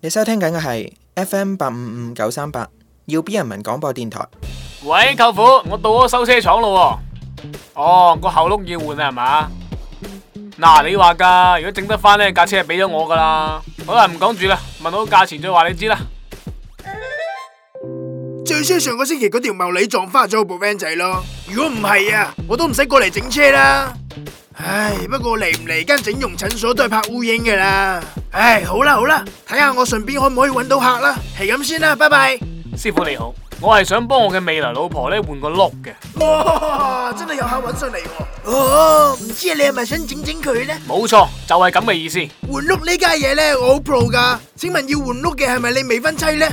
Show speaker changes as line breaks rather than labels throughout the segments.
你收聽緊嘅係 FM 八五五九三八，耀 B 人民廣播電台。
喂，舅父，我到咗修車廠咯喎。哦，個後轆要換啦，係嘛？嗱，你話噶，如果整得翻呢架車係俾咗我噶啦。好啦，唔講住啦，問好價錢再話你知啦。
最衰上個星期嗰條茂利撞花咗我部 van 仔咯。如果唔係啊，我都唔使過嚟整車啦。唉，不過嚟唔嚟間整容診所都係拍烏蠅噶啦。唉，好啦好啦，睇下我順便可唔可以揾到客啦。係咁先啦，拜拜。
師傅你好，我係想幫我嘅未來老婆呢換個轆嘅。
哇，真係有客揾上嚟喎。哦，唔知你係咪想整整佢呢？
冇錯，就係咁嘅意思。誒、
換碌呢家嘢呢，我好 pro 噶。請問要換碌嘅係咪你未婚妻呢？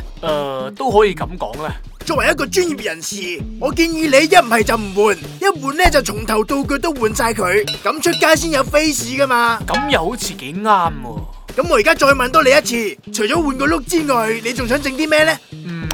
都可以咁講啦。
作為一個專業人士，我建議你一唔係就唔換，一換呢就從頭到腳都換晒佢，咁出街先有 face 噶嘛。
咁又好似幾啱喎。
咁我而家再問多你一次，除咗換個碌之外，你仲想整啲咩呢？
嗯，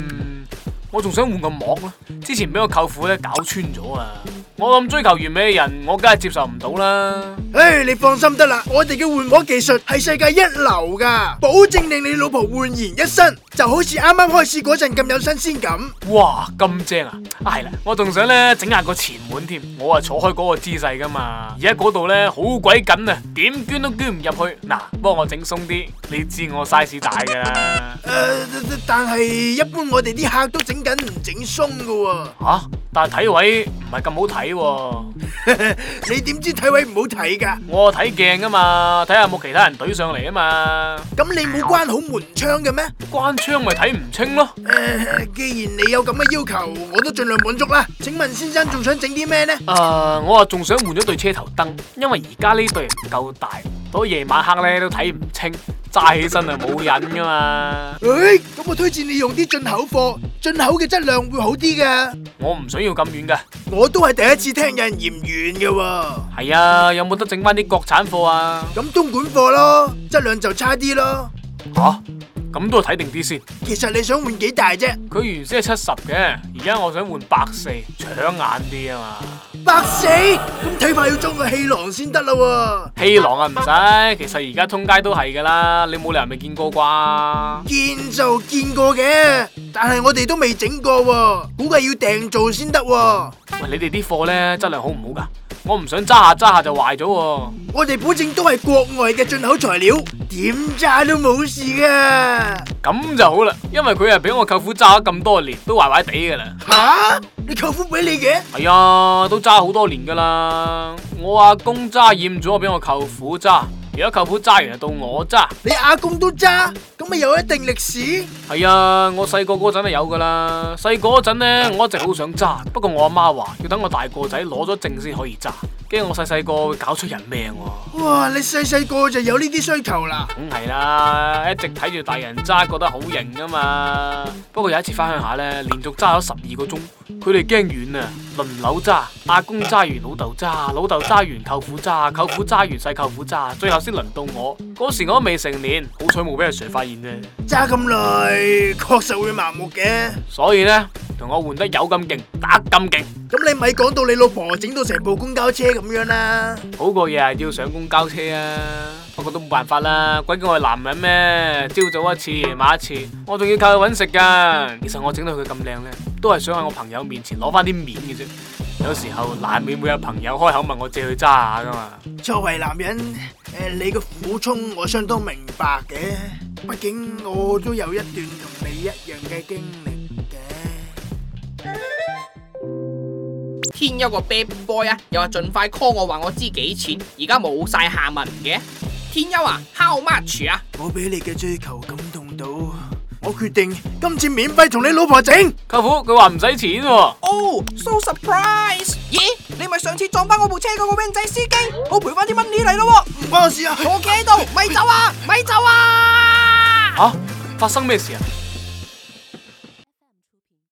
我仲想換個膜啦。之前俾我舅父呢搞穿咗啊。我咁追求完美嘅人，我梗係接受唔到啦。
唉，你放心得啦，我哋嘅換膜技術係世界一流噶，保證令你老婆煥然一新，就好似啱啱開始嗰陣咁有新鮮感。
哇，咁正啊！啊係啦，我仲想咧整下個前門添，我啊坐開嗰個姿勢噶嘛，而家嗰度咧好鬼緊啊，點捐都捐唔入去。嗱，幫我整鬆啲，你知我 size 大噶啦。
誒、呃但係一般我哋啲客都整緊唔整鬆噶喎。
吓、但係睇位唔係咁好睇喎、
你點知睇位唔好睇㗎？
我睇鏡噶嘛，睇下有冇其他人懟上嚟啊嘛，
咁你冇關好門窗嘅咩？
關窗咪睇唔清咯。
誒、既然你有咁嘅要求，我都盡量滿足啦。請問先生仲想整啲咩呢？
誒、我啊仲想換咗對車頭燈，因為而家呢對唔夠大，到夜晚黑咧都睇唔清，揸起身啊冇癮噶嘛。
誒、咁我推薦你用啲進口貨，進口嘅質量會好啲㗎。
我唔想要咁遠嘅。
我都係第一次聽有人嫌遠嘅喎。
係啊，有冇得整翻啲國產貨啊？
咁東莞貨咯，質量就差啲咯。
吓、咁都睇定啲先。
其實你想換幾大啫？
佢原先係七十嘅，而家我想換百四，搶眼啲啊嘛。
百四？咁睇怕要裝個氣囊先得啦喎。
氣囊啊唔使，其實而家通街都係噶啦，你冇理由未見過啩？
見就見過嘅，但係我哋都未整過喎，估計要訂做先得喎。
喂，你哋啲貨呢，質量好唔好㗎？我唔想揸下揸下就壞咗喎、
我哋保證都係國外嘅進口材料，點揸都冇事噶。
咁就好啦，因為佢係俾我舅父揸咗咁多年，都壞壞地㗎啦。
吓，你舅父俾你嘅？
係啊，都揸好多年噶啦。我阿公揸厭咗，俾我舅父揸。而家舅父揸完就到我揸。
你阿公都揸，咁咪有一定歷史。
係啊，我細個嗰陣就有噶啦。細個嗰陣呢，我一直好想揸，不過我阿媽話要等我大個仔攞咗證先可以揸，驚我細細個會搞出人命喎、
哇，你細細個就有呢啲需求啦。
梗係啦，一直睇住大人揸，覺得好型噶嘛。不過有一次翻鄉下呢，連續揸咗十二個鐘，佢哋驚遠啊，輪流揸，阿公揸完老豆揸，老豆揸完舅父揸，舅父揸完細舅父揸，最後先輪到我。嗰時我都未成年，好彩冇俾阿 Sir 發現啫。
揸咁耐，確實會麻木嘅。
所以呢，同我換得有咁勁，打咁勁，
咁你咪講到你老婆整到成部公交車咁樣啦。
好過日日要上公交車啊。不過都冇辦法啦，鬼叫我係男人咩？朝早一次，夜晚一次，我仲要靠佢揾食噶。其實我整到佢咁靚呢，都係想喺我朋友面前攞翻啲面嘅啫。有時候難免會有朋友開口問我借佢揸下噶嘛。
作為男人，誒你嘅苦衷我相當明白嘅，畢竟我都有一段同你一樣嘅經歷嘅。
天有個 bad boy 啊，又話盡快 call 我話我知幾錢，而家冇晒下文嘅。天優啊，how much 啊？
我俾你嘅追求感動到，我決定今次免費同你老婆整。
舅父佢話唔使錢喎、
？Oh,
哦、s o surprise！咦，你咪上次撞翻我部車嗰個 van 仔司機，我賠翻啲 money 你咯
唔關我事啊！
喎，我企喺度，咪走啊，咪走啊！
吓、發生咩事啊？